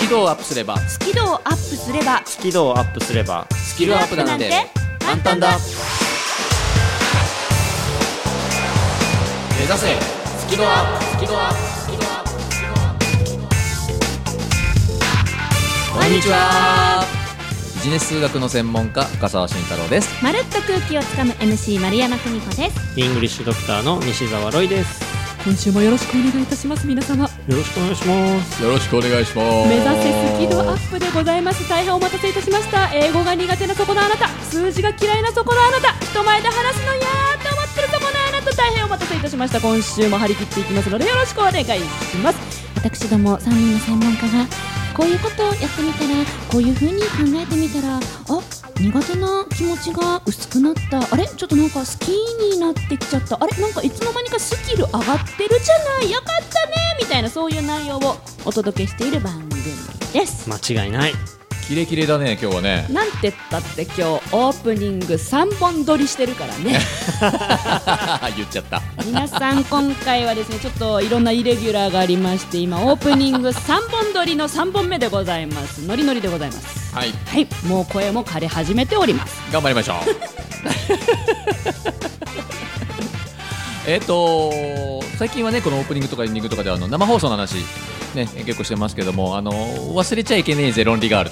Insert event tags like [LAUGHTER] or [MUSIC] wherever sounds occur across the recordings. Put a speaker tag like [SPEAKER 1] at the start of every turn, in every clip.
[SPEAKER 1] キ度をアップすれば
[SPEAKER 2] スキルをアップすれば
[SPEAKER 3] スキルをアップすれば
[SPEAKER 1] スキルアップなんて簡単だ目指せスキルアップスキルアップスキルアップスキルアップこんにちはビジネス数学の専門家深澤慎太郎です
[SPEAKER 2] まるっと空気をつかむ MC 丸山久美子です
[SPEAKER 3] イングリッシュドクターの西澤ロイです
[SPEAKER 2] 今週もよろしくお願いいたします皆様
[SPEAKER 3] よろしくお願いします
[SPEAKER 1] よろしくお願いします
[SPEAKER 2] 目指せスキルアップでございます大変お待たせいたしました英語が苦手なそこのあなた数字が嫌いなそこのあなた人前で話すの嫌と思ってるそこのあなた大変お待たせいたしました今週も張り切っていきますのでよろしくお願いします私ども3人の専門家がこういうことをやってみたらこういうふうに考えてみたらあ苦手な気持ちが薄くなったあれちょっとなんか好きになってきちゃったあれなんかいつの間にかスキル上がってるじゃないよかったねみたいなそういう内容をお届けしている番組です
[SPEAKER 3] 間違いない
[SPEAKER 1] キレキレだね今日はね
[SPEAKER 2] なんてったって今日オープニング3本撮りしてるからね
[SPEAKER 1] [LAUGHS] 言っちゃった
[SPEAKER 2] 皆さん今回はですねちょっといろんなイレギュラーがありまして今オープニング3本撮りの3本目でございますノリノリでございます
[SPEAKER 1] はい
[SPEAKER 2] はいもう声も枯れ始めております
[SPEAKER 1] 頑張りましょうえっと最近はねこのオープニングとかエンディングとかであの生放送の話ね結構してますけどもあの忘れちゃいけねえぜ論理がある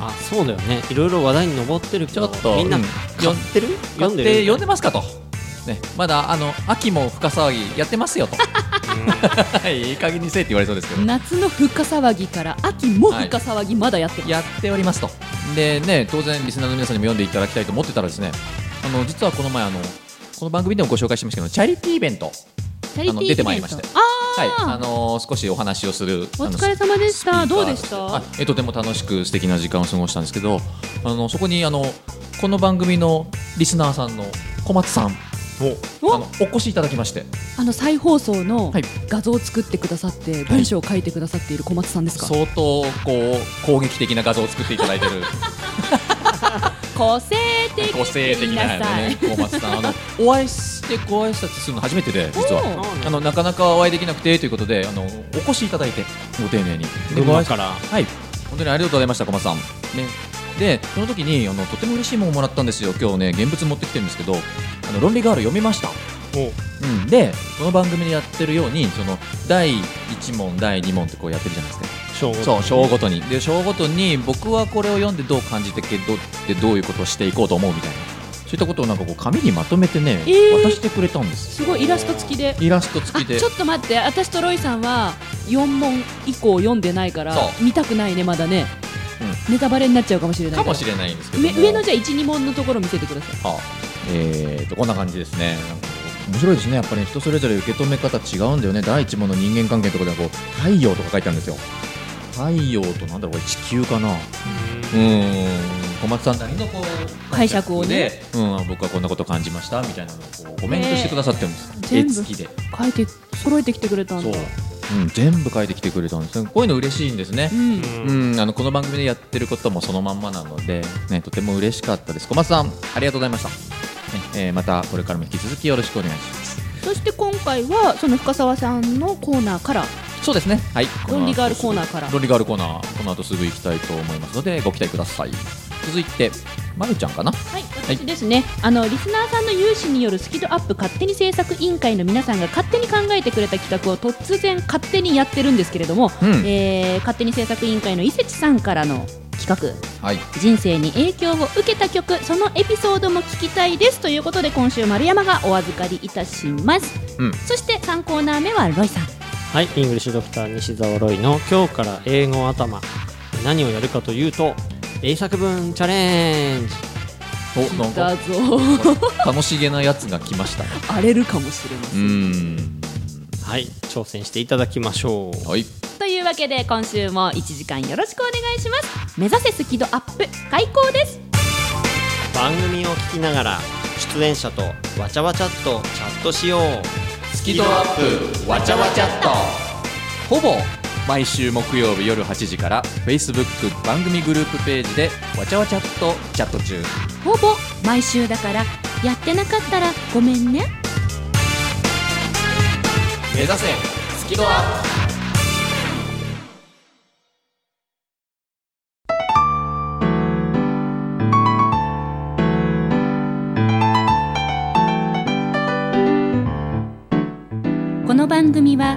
[SPEAKER 3] あそうだよねいろいろ話題に上ってるけ
[SPEAKER 1] ち
[SPEAKER 3] ど
[SPEAKER 1] ょっと
[SPEAKER 3] みんな
[SPEAKER 1] うん
[SPEAKER 3] 読んでる
[SPEAKER 1] 読
[SPEAKER 3] 読
[SPEAKER 1] ん
[SPEAKER 3] ん
[SPEAKER 1] で
[SPEAKER 3] でる
[SPEAKER 1] 読んでますかとねまだあの秋も深騒ぎやってますよと [LAUGHS] いい加減にせえって言われそうですけど
[SPEAKER 2] 夏の深騒ぎから秋も深騒ぎまだやってます、
[SPEAKER 1] やっておりますとでね当然リスナーの皆さんにも読んでいただきたいと思ってたらですねあの実はこの前あのこの番組でもご紹介しましたけどチャリティーイベント
[SPEAKER 2] チャリティーイベント
[SPEAKER 1] あの出てまいりまして
[SPEAKER 2] あ
[SPEAKER 1] はい、
[SPEAKER 2] ー、
[SPEAKER 1] あのー少しお話をする。
[SPEAKER 2] お疲れ様で
[SPEAKER 1] あのス
[SPEAKER 2] した
[SPEAKER 1] ピーカー
[SPEAKER 2] どうでした
[SPEAKER 1] あえとても楽しく素敵な時間を過ごしたんですけど、あのそこにあのこの番組のリスナーさんの小松さん
[SPEAKER 2] お
[SPEAKER 1] あのお越しいただきまして、
[SPEAKER 2] あの再放送の
[SPEAKER 1] はい
[SPEAKER 2] 画像を作ってくださって文章を書いてくださっている小松さんですか、
[SPEAKER 1] 相当こう攻撃的な画像を作っていただいて
[SPEAKER 2] [LAUGHS]
[SPEAKER 1] る
[SPEAKER 2] 個性的
[SPEAKER 1] 個性的な、
[SPEAKER 2] 皆さん
[SPEAKER 1] ね、小松さん、あのお会いしてご挨拶するの初めてで実は。
[SPEAKER 2] おー
[SPEAKER 1] あのなかなかお会いできなくてということであのお越しいただいてご丁寧に
[SPEAKER 3] 群馬から
[SPEAKER 1] はい、本当にありがとうございました、小松さん。ね、で、その時にあのとても嬉しいものをもらったんですよ、今日ね、現物持ってきてるんですけど、あの論理ガール読みました。
[SPEAKER 3] お
[SPEAKER 1] うん、で、この番組でやってるように、その第1問、第2問ってこうやってるじゃないですか。
[SPEAKER 3] 正午
[SPEAKER 1] そう、章ごとに。で、章ごとに、僕はこれを読んでどう感じてけど、でどういうことをしていこうと思うみたいな、そういったことをなんかこう紙にまとめてね、
[SPEAKER 2] えー
[SPEAKER 1] 渡してくれたんです。
[SPEAKER 2] すごいイラスト付きで
[SPEAKER 1] イラスト付
[SPEAKER 2] あ
[SPEAKER 1] きで。
[SPEAKER 2] ちょっと待って私とロイさんは4問以降読んでないから
[SPEAKER 1] そう
[SPEAKER 2] 見たくないねまだね、ネタバレになっちゃうかもしれな
[SPEAKER 1] か
[SPEAKER 2] い
[SPEAKER 1] もし
[SPEAKER 2] れ
[SPEAKER 1] れないんですけども
[SPEAKER 2] 上上のじゃあ12問のところ見せてください
[SPEAKER 1] あえー、とこんな感じですねなんか面白いですねやっぱり人それぞれ受け止め方違うんだよね第一問の人間関係のところではこう太陽とか書いてあるんですよ太陽となんだろうこれ地球かなうーん小松さんなりのこう
[SPEAKER 2] 解釈をね
[SPEAKER 1] 解釈で、うん、僕はこんなこと感じましたみたいなのをこうコメントしてくださってるんです、
[SPEAKER 2] え全
[SPEAKER 1] 絵
[SPEAKER 2] 部
[SPEAKER 1] 付きで
[SPEAKER 2] 書いて揃えてきてくれたん
[SPEAKER 1] そ
[SPEAKER 2] だ
[SPEAKER 1] う、うん、全部書いてきてくれたんですねこういうの嬉しいんですね、
[SPEAKER 2] ん、
[SPEAKER 1] うん、あのこの番組でやってることもそのまんまなので、ね、とても嬉しかったです小松さんありがとうございました、ねえーまたこれからも引き続きよろしくお願いします
[SPEAKER 2] そして今回はその深澤さんのコーナーから
[SPEAKER 1] そうですねはい
[SPEAKER 2] 論理ガールコーナーから
[SPEAKER 1] 論理ガールコーナーこの後すぐ行きたいと思いますのでご期待ください続いてまるちゃんかな
[SPEAKER 2] はい、私ですね、あのリスナーさんの有志によるスキルアップ勝手に制作委員会の皆さんが勝手に考えてくれた企画を突然勝手にやってるんですけれども、
[SPEAKER 1] うん
[SPEAKER 2] えー勝手に制作委員会の伊勢地さんからの企画
[SPEAKER 1] はい
[SPEAKER 2] 人生に影響を受けた曲そのエピソードも聞きたいですということで今週丸山がお預かりいたします、
[SPEAKER 1] うん
[SPEAKER 2] そして3コーナー目はロイさん
[SPEAKER 3] はい、イングリッシュドクター西澤ロイの今日から英語頭何をやるかというと英作文チャレンジ
[SPEAKER 1] おなんか
[SPEAKER 2] だぞ
[SPEAKER 1] 楽しげなやつが来ましたね
[SPEAKER 2] 荒れるかもしれま
[SPEAKER 1] う
[SPEAKER 2] せん、
[SPEAKER 1] ーん
[SPEAKER 3] はい、挑戦していただきましょう
[SPEAKER 1] はい
[SPEAKER 2] というわけで今週も1時間よろしくお願いします目指せスキルアップ開講です
[SPEAKER 3] 番組を聞きながら出演者とわちゃわちゃっとチャットしよう
[SPEAKER 1] スキドアップわちゃわちゃっとほぼ毎週木曜日夜8時から Facebook 番組グループページでわちゃわちゃっとチャット中
[SPEAKER 2] ほぼ毎週だからやってなかったらごめんね
[SPEAKER 1] 目指せスキドアップ
[SPEAKER 4] 番組は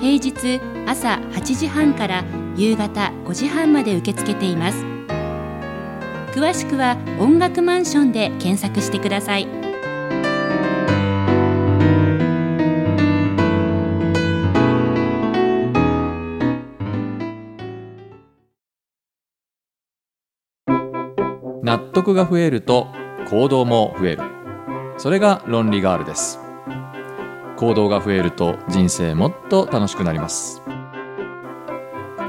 [SPEAKER 4] 平日朝8時半から夕方5時半まで受け付けています詳しくは音楽マンションで検索してください
[SPEAKER 5] 納得が増えると行動も増えるそれが論理ガールです行動が増えると人生もっと楽しくなります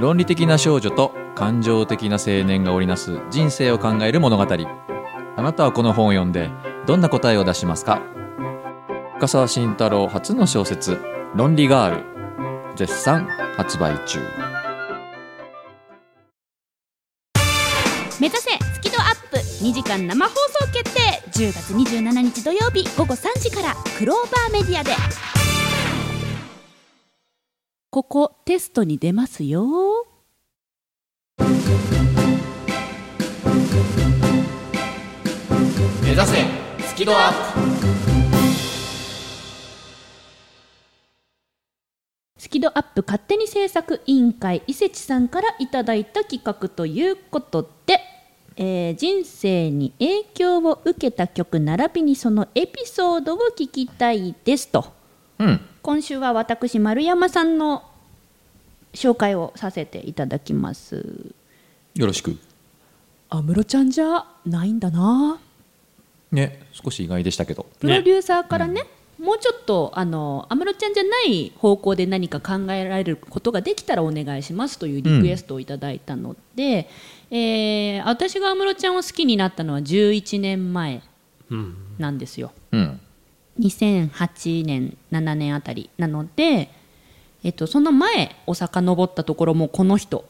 [SPEAKER 5] 論理的な少女と感情的な青年が織りなす人生を考える物語あなたはこの本を読んでどんな答えを出しますか深沢慎太郎初の小説「論理ガール」絶賛発売中
[SPEAKER 4] 目指せスキドアップ2時間生放送決定10月27日土曜日午後3時からクローバーメディアで
[SPEAKER 2] ここテストに出ますよ
[SPEAKER 1] 目指せスキドアップ
[SPEAKER 2] スキドアップ勝手に制作委員会伊勢地さんからいただいた企画ということで、えー人生に影響を受けた曲並びにそのエピソードを聞きたいですと
[SPEAKER 1] うん
[SPEAKER 2] 今週は私丸山さんの紹介をさせていただきます
[SPEAKER 5] よろしく
[SPEAKER 2] 安室ちゃんじゃないんだな
[SPEAKER 5] ね少し意外でしたけど
[SPEAKER 2] プロデューサーからねもうちょっとあの安室ちゃんじゃない方向で何か考えられることができたらお願いしますというリクエストをいただいたので、えー私が安室ちゃんを好きになったのは11年前
[SPEAKER 3] うん、
[SPEAKER 2] なんですよ
[SPEAKER 1] うん
[SPEAKER 2] 2008年7年あたりなので、えっと、その前を遡ったところもこの人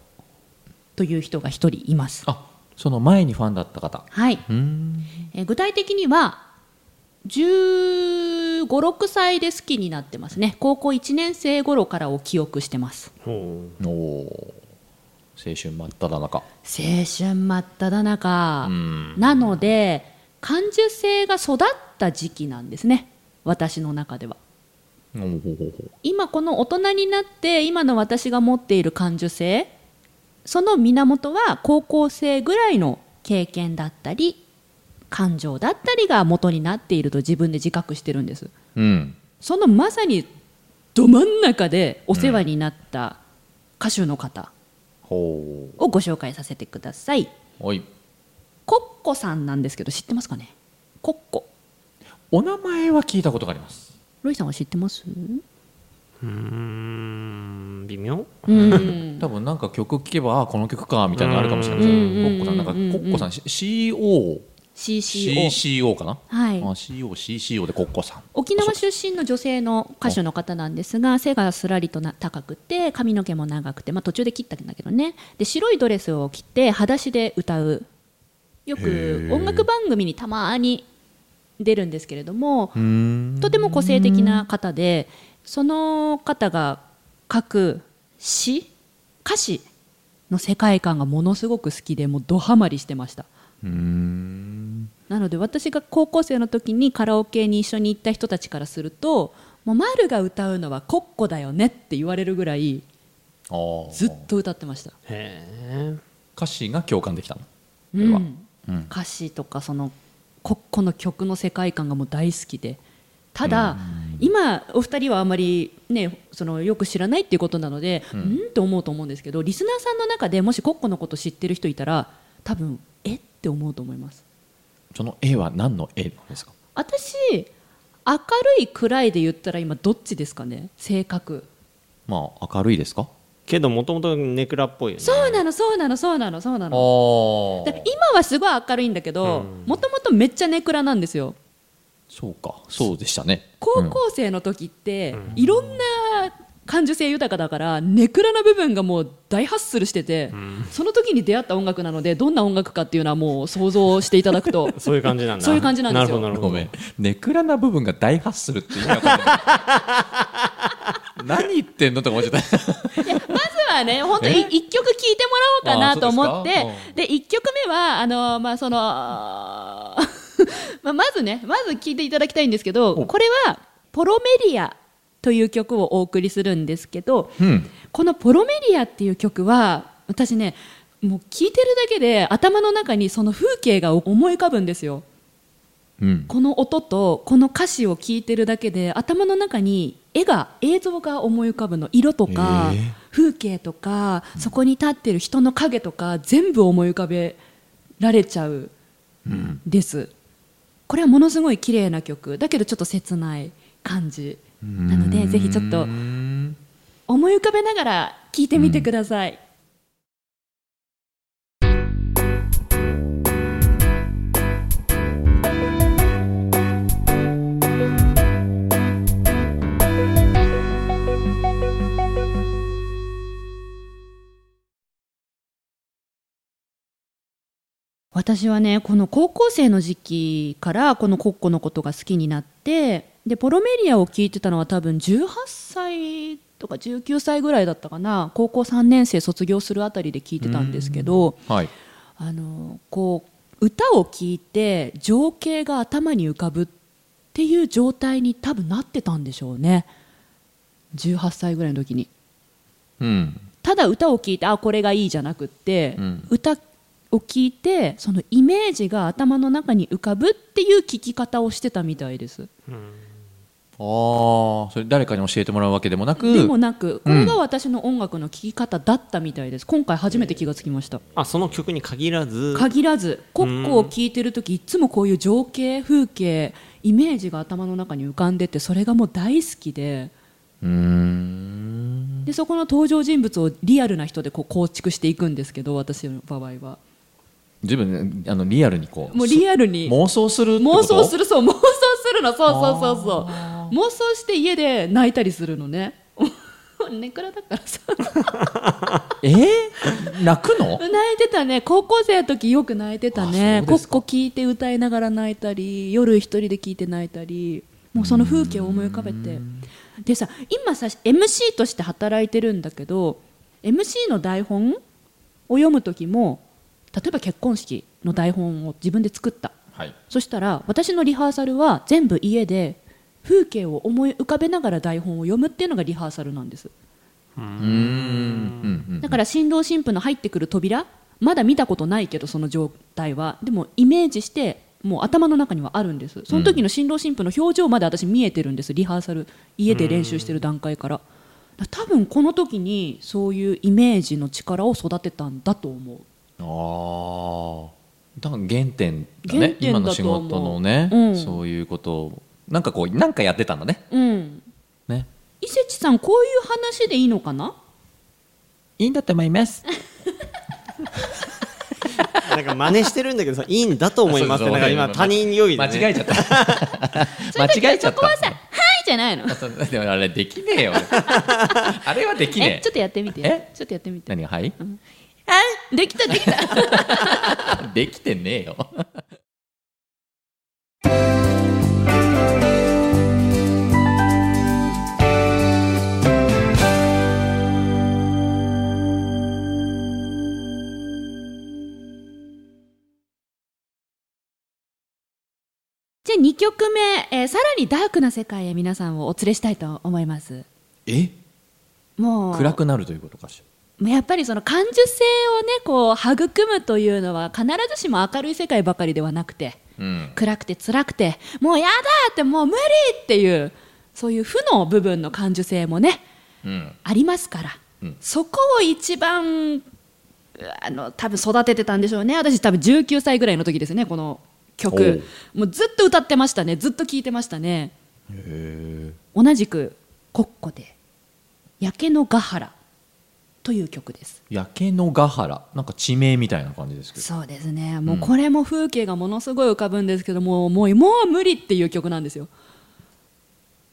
[SPEAKER 2] という人が一人います
[SPEAKER 5] あその前にファンだった方
[SPEAKER 2] はい、えー具体的には1 5 6歳で好きになってますね高校1年生頃からを記憶してます
[SPEAKER 3] ほ
[SPEAKER 1] おお青春真っ只中
[SPEAKER 2] 青春真っ只中
[SPEAKER 1] ん
[SPEAKER 2] なので感受性が育った時期なんですね私の中では
[SPEAKER 1] おおほうほうほう
[SPEAKER 2] 今この大人になって今の私が持っている感受性その源は高校生ぐらいの経験だったり感情だったりが元になっていると自分で自覚してるんです
[SPEAKER 1] うん
[SPEAKER 2] そのまさにど真ん中でお世話になった歌手の方
[SPEAKER 1] ほ
[SPEAKER 2] をご紹介させてください、
[SPEAKER 1] うおい
[SPEAKER 2] コッコさんなんですけど知ってますかねコッコ
[SPEAKER 1] お名前は聞いたことがあります
[SPEAKER 2] ロイさんは知ってます
[SPEAKER 3] ううーん微妙
[SPEAKER 2] うん
[SPEAKER 1] 多分なんか曲聴けばあーこの曲かみたいなのあるかもしれませ
[SPEAKER 2] うんうんうん
[SPEAKER 1] んコッコさんなんかコ
[SPEAKER 2] うんうん
[SPEAKER 1] ッコさん COCCO
[SPEAKER 2] CCO
[SPEAKER 1] かな
[SPEAKER 2] はい
[SPEAKER 1] あ COCCO でコッコさん
[SPEAKER 2] 沖縄出身の女性の歌手の方なんですが背がすらりとな高くて髪の毛も長くて、まあ、途中で切ったんだけどねで白いドレスを着て裸足で歌うよく音楽番組にたまに出るんですけれどもとても個性的な方でその方が書く詩歌詞の世界観がものすごく好きでもうドハマりしてました。なので私が高校生の時にカラオケに一緒に行った人たちからするともうマルが歌うのはコッコだよねって言われるぐらい
[SPEAKER 1] あー
[SPEAKER 2] ずっと歌ってました、
[SPEAKER 3] へえ
[SPEAKER 5] 歌詞が共感できたの
[SPEAKER 2] うん
[SPEAKER 5] は
[SPEAKER 2] 歌詞とかそのコッコの曲の世界観がもう大好きでただ、今お二人はあまり、ね、そのよく知らないっていうことなのでうんって思うと思うんですけどリスナーさんの中でもしコッコのこと知ってる人いたら多分えって思うと思います
[SPEAKER 1] その絵は何の絵なんですか
[SPEAKER 2] 私明るい暗いで言ったら今どっちですかね性格
[SPEAKER 1] まあ明るいですか
[SPEAKER 3] けどもともとネクラっぽいよね
[SPEAKER 2] そうなのそうなのそうなのそうな
[SPEAKER 1] あ
[SPEAKER 2] の
[SPEAKER 1] ー
[SPEAKER 2] だから今はすごい明るいんだけどもともとめっちゃネクラなんですよ
[SPEAKER 5] そうかそうでしたね
[SPEAKER 2] 高校生の時って、
[SPEAKER 3] うん
[SPEAKER 2] いろんな感受性豊かだからネクラな部分がもう大ハッスルしてて、その時に出会った音楽なのでどんな音楽かっていうのはもう想像していただ
[SPEAKER 5] [LAUGHS]
[SPEAKER 2] くと
[SPEAKER 3] そういう感じなんだ
[SPEAKER 2] そういう感じなんですよ
[SPEAKER 3] な
[SPEAKER 5] う
[SPEAKER 3] る
[SPEAKER 5] ん
[SPEAKER 3] ほど
[SPEAKER 5] ご
[SPEAKER 3] な
[SPEAKER 5] め
[SPEAKER 3] る
[SPEAKER 5] んネクラな部分が大ハッスルって言いながら [LAUGHS] 何言ってんのとか思っちゃった
[SPEAKER 2] まずはね本当に
[SPEAKER 5] え
[SPEAKER 2] 1曲聴いて
[SPEAKER 5] あ
[SPEAKER 2] もらおうかな
[SPEAKER 5] ー
[SPEAKER 2] と思っ
[SPEAKER 5] そうです
[SPEAKER 2] て
[SPEAKER 5] か
[SPEAKER 2] で1曲目はあのーまあその [LAUGHS] まあまずねまず聴いていただきたいんですけど
[SPEAKER 5] お
[SPEAKER 2] これは「ポロメリア」という曲をお送りするんですけど、
[SPEAKER 5] うん
[SPEAKER 2] この「ポロメリア」っていう曲は私ねもう聴いてるだけで頭の中にその風景が思い浮かぶんですよ
[SPEAKER 5] うん
[SPEAKER 2] この音とこの歌詞を聴いてるだけで頭の中に絵が映像が思い浮かぶの色とか、
[SPEAKER 5] えー
[SPEAKER 2] 風景とかそこに立ってる人の影とか全部思い浮かべられちゃう
[SPEAKER 5] うん
[SPEAKER 2] ですこれはものすごい綺麗な曲だけどちょっと切ない感じなのでぜひちょっと
[SPEAKER 5] うん
[SPEAKER 2] 思い浮かべながら聴いてみてください、私はねこの高校生の時期からこのコッコのことが好きになってでポロメリアを聞いてたのは多分18歳とか19歳ぐらいだったかな高校3年生卒業するあたりで聞いてたんですけど
[SPEAKER 5] はい
[SPEAKER 2] あのこう歌を聞いて情景が頭に浮かぶっていう状態に多分なってたんでしょうね18歳ぐらいの時に。
[SPEAKER 5] うん
[SPEAKER 2] ただ歌を聴いてあこれがいいじゃなくって、
[SPEAKER 5] うん
[SPEAKER 2] 歌を聴いてそのイメージが頭の中に浮かぶっていう聴き方をしてたみたいです、
[SPEAKER 5] ああそれ誰かに教えてもらうわけでもなく
[SPEAKER 2] でもなくこれが私の音楽の聴き方だったみたいです今回初めて気がつきました、
[SPEAKER 3] あその曲に限らず
[SPEAKER 2] 限らず国歌を聴いてる時いつもこういう情景風景イメージが頭の中に浮かんでてそれがもう大好きで
[SPEAKER 5] うーん
[SPEAKER 2] でそこの登場人物をリアルな人でこう構築していくんですけど私の場合は
[SPEAKER 5] 自分あのリアルにこう
[SPEAKER 2] もうリアルに
[SPEAKER 5] 妄想するってこと
[SPEAKER 2] 妄想す
[SPEAKER 5] る
[SPEAKER 2] るそう妄想するのそうそうそうそう妄想して家で泣いたりするの
[SPEAKER 5] [LAUGHS]
[SPEAKER 2] ねネクラだからさ
[SPEAKER 5] えー泣くの
[SPEAKER 2] [LAUGHS] 泣いてたね高校生の時よく泣いてたね
[SPEAKER 5] あそう
[SPEAKER 2] コ
[SPEAKER 5] で
[SPEAKER 2] ッコ聞いて歌いながら泣いたり夜一人で聞いて泣いたりもうその風景を思い浮かべてでさ今さ MC として働いてるんだけど MC の台本を読む時も例えば結婚式の台本を自分で作った
[SPEAKER 5] はい
[SPEAKER 2] そしたら私のリハーサルは全部家で風景を思い浮かべながら台本を読むっていうのがリハーサルなんです
[SPEAKER 5] うーんうん
[SPEAKER 2] だから新郎新婦の入ってくる扉まだ見たことないけどその状態はでもイメージしてもう頭の中にはあるんですその時の新郎新婦の表情まで私見えてるんですリハーサル家で練習してる段階からだから多分この時にそういうイメージの力を育てたんだと思う
[SPEAKER 5] ああだから原点だね
[SPEAKER 2] 原点だと
[SPEAKER 5] 今
[SPEAKER 2] 思う
[SPEAKER 5] の仕事のね、
[SPEAKER 2] うん
[SPEAKER 5] そういうことをなんかこうなんかやってたんだね
[SPEAKER 2] うん
[SPEAKER 5] ね
[SPEAKER 2] 伊勢地さんこういう話でいいのかない
[SPEAKER 5] いんだと思います
[SPEAKER 3] なんか真似してるんだけどさいいんだと思いますって
[SPEAKER 5] そう
[SPEAKER 3] なん
[SPEAKER 5] そう
[SPEAKER 3] か今他人良い
[SPEAKER 5] 間違えちゃった間違えちゃった
[SPEAKER 2] そこはさ「はい」じゃないの
[SPEAKER 5] そうでもあれできねえよあれはでき
[SPEAKER 2] え
[SPEAKER 5] ね
[SPEAKER 2] ちょっとやってみて
[SPEAKER 5] え
[SPEAKER 2] ちょっとやってみ
[SPEAKER 5] え
[SPEAKER 2] て
[SPEAKER 5] 何がはい
[SPEAKER 2] あでき
[SPEAKER 5] [LAUGHS]
[SPEAKER 2] たできた
[SPEAKER 5] できてねえよ
[SPEAKER 2] じゃあ2曲目、えーさらにダークな世界へ皆さんをお連れしたいと思います
[SPEAKER 5] え
[SPEAKER 2] もう
[SPEAKER 5] 暗くなるということかし
[SPEAKER 2] やっぱりその感受性をねこう育むというのは必ずしも明るい世界ばかりではなくて
[SPEAKER 5] らうん
[SPEAKER 2] 暗くて辛くてもうやだってもう無理っていうそういう負の部分の感受性もね
[SPEAKER 5] うん
[SPEAKER 2] ありますから、
[SPEAKER 5] うん
[SPEAKER 2] そこを一番あの多分育ててたんでしょうね私多分19歳ぐらいの時ですねこの曲もうずっと歌ってましたねずっと聴いてましたね同じく「コッコ」で「焼け野ヶ原」という曲です。
[SPEAKER 5] 焼け野ヶ原なんか地名みたいな感じですけど
[SPEAKER 2] そうですね。もうこれも風景がものすごい浮かぶんですけども、もうもう無理っていう曲なんですよ。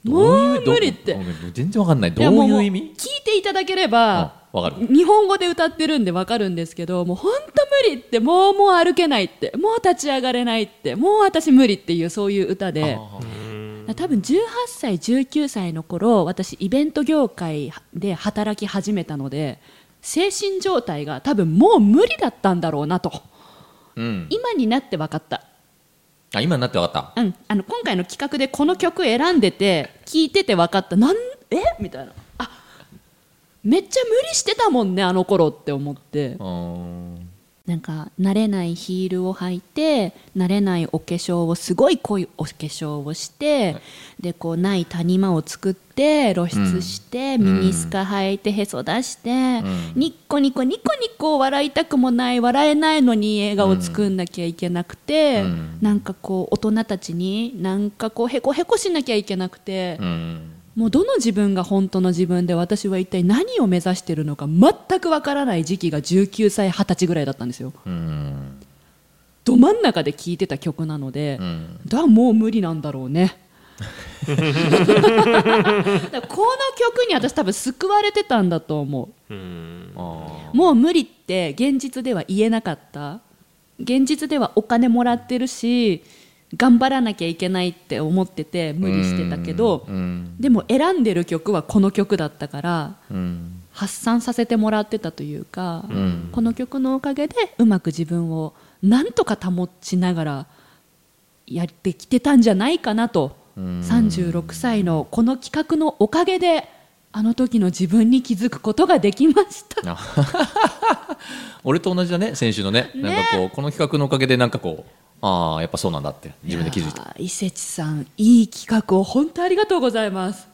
[SPEAKER 2] もう
[SPEAKER 5] ど
[SPEAKER 2] 無
[SPEAKER 5] うい
[SPEAKER 2] 理
[SPEAKER 5] う
[SPEAKER 2] っ
[SPEAKER 5] ど
[SPEAKER 2] て
[SPEAKER 5] ご。めん全然わかんない
[SPEAKER 2] い
[SPEAKER 5] ど
[SPEAKER 2] や
[SPEAKER 5] う
[SPEAKER 2] も
[SPEAKER 5] いう
[SPEAKER 2] も
[SPEAKER 5] う
[SPEAKER 2] う
[SPEAKER 5] 意味
[SPEAKER 2] 聞いていただければ
[SPEAKER 5] あわかる
[SPEAKER 2] 日本語で歌ってるんでわかるんですけどもう本当無理ってもうもう歩けないってもう立ち上がれないってもう私無理っていうそういう歌で多分18歳19歳の頃私イベント業界で働き始めたので精神状態が多分もう無理だったんだろうなと
[SPEAKER 5] うん
[SPEAKER 2] 今になって分かった
[SPEAKER 5] あ今になってわかった
[SPEAKER 2] うん、あの今回の企画でこの曲選んでて聞いてて分かったなんえみたいなあめっちゃ無理してたもんねあの頃って思って
[SPEAKER 5] うーん
[SPEAKER 2] なんか慣れないヒールを履いて慣れないお化粧をすごい濃いお化粧をしてでこうない谷間を作って露出して、
[SPEAKER 5] ん
[SPEAKER 2] ミニスカ履いてへそ出して、
[SPEAKER 5] ん
[SPEAKER 2] ニッコニコニコニコ笑いたくもない笑えないのに映画を作んなきゃいけなくて、
[SPEAKER 5] うん
[SPEAKER 2] なんかこう大人たちになんかこうへこへこしなきゃいけなくて、
[SPEAKER 5] うん
[SPEAKER 2] もうどの自分が本当の自分で私は一体何を目指してるのか全くわからない時期が19歳20歳ぐらいだったんですよ
[SPEAKER 5] うん
[SPEAKER 2] ど真ん中で聴いてた曲なので、
[SPEAKER 5] うん
[SPEAKER 2] だもう無理なんだろ
[SPEAKER 5] [LAUGHS]
[SPEAKER 2] うねだからこの曲に私多分救われてたんだと思う
[SPEAKER 3] うん
[SPEAKER 5] あ
[SPEAKER 2] もう無理って現実では言えなかった現実ではお金もらってるし頑張らなきゃいけないって思ってて無理してたけど
[SPEAKER 5] ーうん
[SPEAKER 2] でも選んでる曲はこの曲だったから
[SPEAKER 5] うん
[SPEAKER 2] 発散させてもらってたというか、
[SPEAKER 5] ん
[SPEAKER 2] この曲のおかげでうまく自分をなんとか保ちながらやってきてたんじゃないかなと、36歳のこの企画のおかげであの時の自分に気づくことができました。
[SPEAKER 5] あ俺と同じだね先週のねなんかこうこの企画のおかげでなんかこうああやっぱそうなんだって自分で気づいた
[SPEAKER 2] やー伊勢地さんいい企画を本当ありがとうございます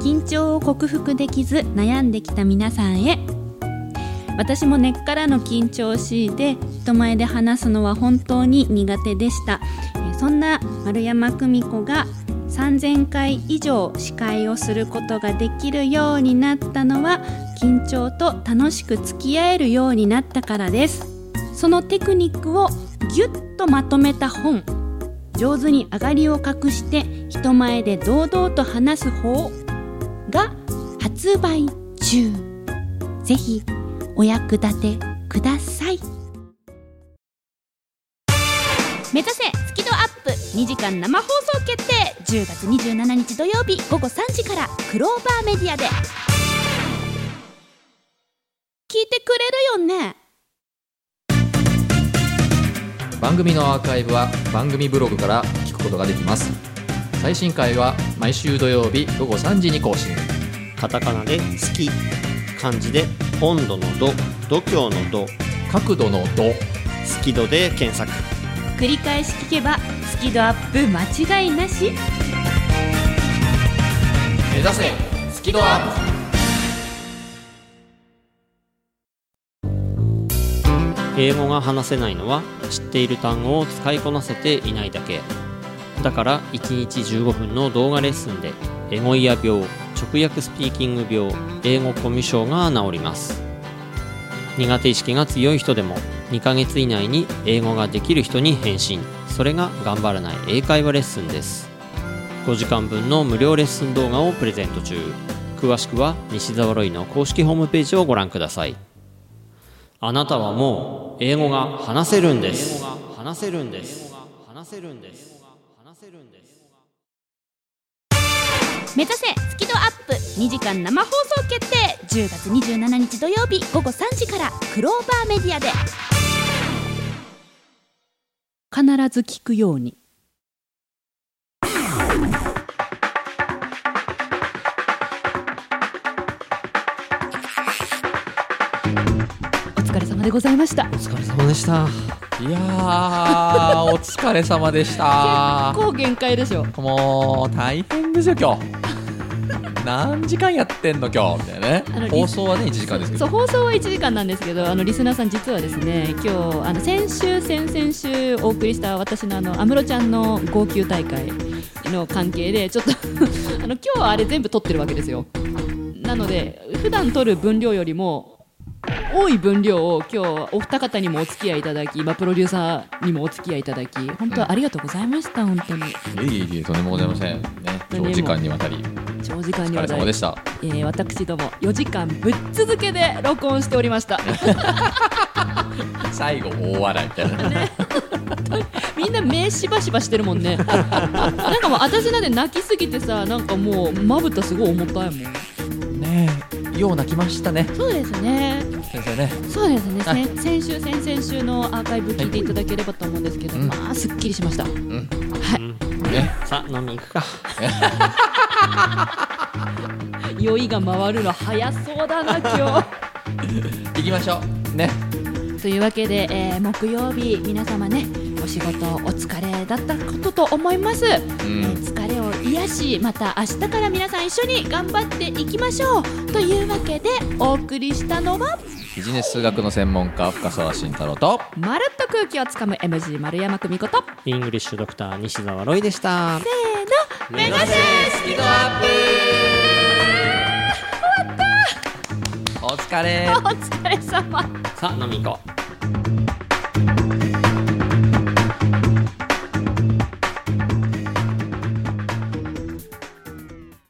[SPEAKER 4] 緊張を克服できず悩んできた皆さんへ私も根っからの緊張を強いて人前で話すのは本当に苦手でしたえーそんな丸山久美子が3000回以上司会をすることができるようになったのは緊張と楽しく付き合えるようになったからですそのテクニックをぎゅっとまとめた本上手に上がりを隠して人前で堂々と話す方が発売中ぜひお役立てください目指せスキドアップ2時間生放送決定10月27日土曜日午後3時からクローバーメディアで聞いてくれるよね
[SPEAKER 5] 番組のアーカイブは番組ブログから聞くことができます最新回は毎週土曜日午後3時に更新
[SPEAKER 3] カタカナで「好き」漢字で「温度の度」「度胸の度」
[SPEAKER 5] 角度の「度
[SPEAKER 3] 「好き度」で検索
[SPEAKER 4] 繰り返し聞けばスキドアップ間違いなし」
[SPEAKER 5] 目指せスキドアップ
[SPEAKER 3] 英語が話せないのは知っている単語を使いこなせていないだけだから1日15分の動画レッスンでエゴイヤ病直訳スピーキング病英語コミュ障が治ります苦手意識が強い人でも2ヶ月以内に英語ができる人に返信それが頑張らない英会話レッスンです5時間分の無料レッスン動画をプレゼント中詳しくは西澤ロイの公式ホームページをご覧くださいあなたはもう英語が話せるんです。話せるんです。話せるんです。話せるんです。
[SPEAKER 4] 目指せスキドアップ2時間生放送決定10月27日土曜日午後3時からクローバーメディアで
[SPEAKER 2] 必ず聞くようにお疲れ様でございました
[SPEAKER 3] お疲れ様でした。
[SPEAKER 5] いやーお疲れ様でした
[SPEAKER 2] こう限界でしょ
[SPEAKER 5] もう大変ですよ今日何時間やってんの今日みたいなね
[SPEAKER 2] あのリ
[SPEAKER 5] 放送はね1時間ですけ
[SPEAKER 2] そ
[SPEAKER 5] ど
[SPEAKER 2] う放送は1時間なんですけどあのリスナーさん実はですね今日あの先週先々週お送りした私のあの安室ちゃんの号泣 [LAUGHS] 大会の関係でちょっとあの今日はあれ全部撮ってるわけですよなので普段取る分量よりも多い分量を今日お二方にもお付き合いいただき、まあ、プロデューサーにもお付き合いいただき本当ありがとうございました、本当に
[SPEAKER 1] いえいえいえ、とんでもございません。ね、
[SPEAKER 2] 何も
[SPEAKER 1] 長時間にわたり、
[SPEAKER 2] 長時間
[SPEAKER 1] お
[SPEAKER 2] に
[SPEAKER 1] 疲
[SPEAKER 2] わ
[SPEAKER 1] れ
[SPEAKER 2] た
[SPEAKER 1] 様
[SPEAKER 2] り
[SPEAKER 1] で、した。
[SPEAKER 2] えー私ども4時間ぶっ続けで録音しておりました
[SPEAKER 1] 最後、大笑いみたいな。
[SPEAKER 2] みんな目しばしばしてるも [LAUGHS] んねなんかもう私なんて泣きすぎてさなんかもうまぶたすごい重たいもん
[SPEAKER 1] ねえ、よう泣きましたね。
[SPEAKER 2] そうですね
[SPEAKER 1] 先生ね。
[SPEAKER 2] そうですね、
[SPEAKER 1] はい
[SPEAKER 2] 先先週、先々週のアーカイブ聞いていただければと思うんですけど、
[SPEAKER 1] うん
[SPEAKER 2] まあ、すっきりしました。
[SPEAKER 1] ね。
[SPEAKER 3] さあ飲み行くか
[SPEAKER 2] 酔いが回るの早そうだな、今
[SPEAKER 1] 行きましょう。ね。
[SPEAKER 2] [LAUGHS] 日。というわけで、えー木曜日、皆様ね、お仕事お疲れだったことと思います。
[SPEAKER 1] うん
[SPEAKER 2] えー疲れを癒し、また明日から皆さん一緒に頑張っていきましょう。というわけで、お送りしたのは、
[SPEAKER 1] ビジネス数学の専門家、深澤慎太郎と、
[SPEAKER 2] まるっと空気をつかむ MG 丸山久美子と、
[SPEAKER 3] イングリッシュドクター西澤ロイでした
[SPEAKER 2] 目指せスキドアッ
[SPEAKER 1] お疲れ
[SPEAKER 2] プお疲れ様。
[SPEAKER 3] さあ飲み行こう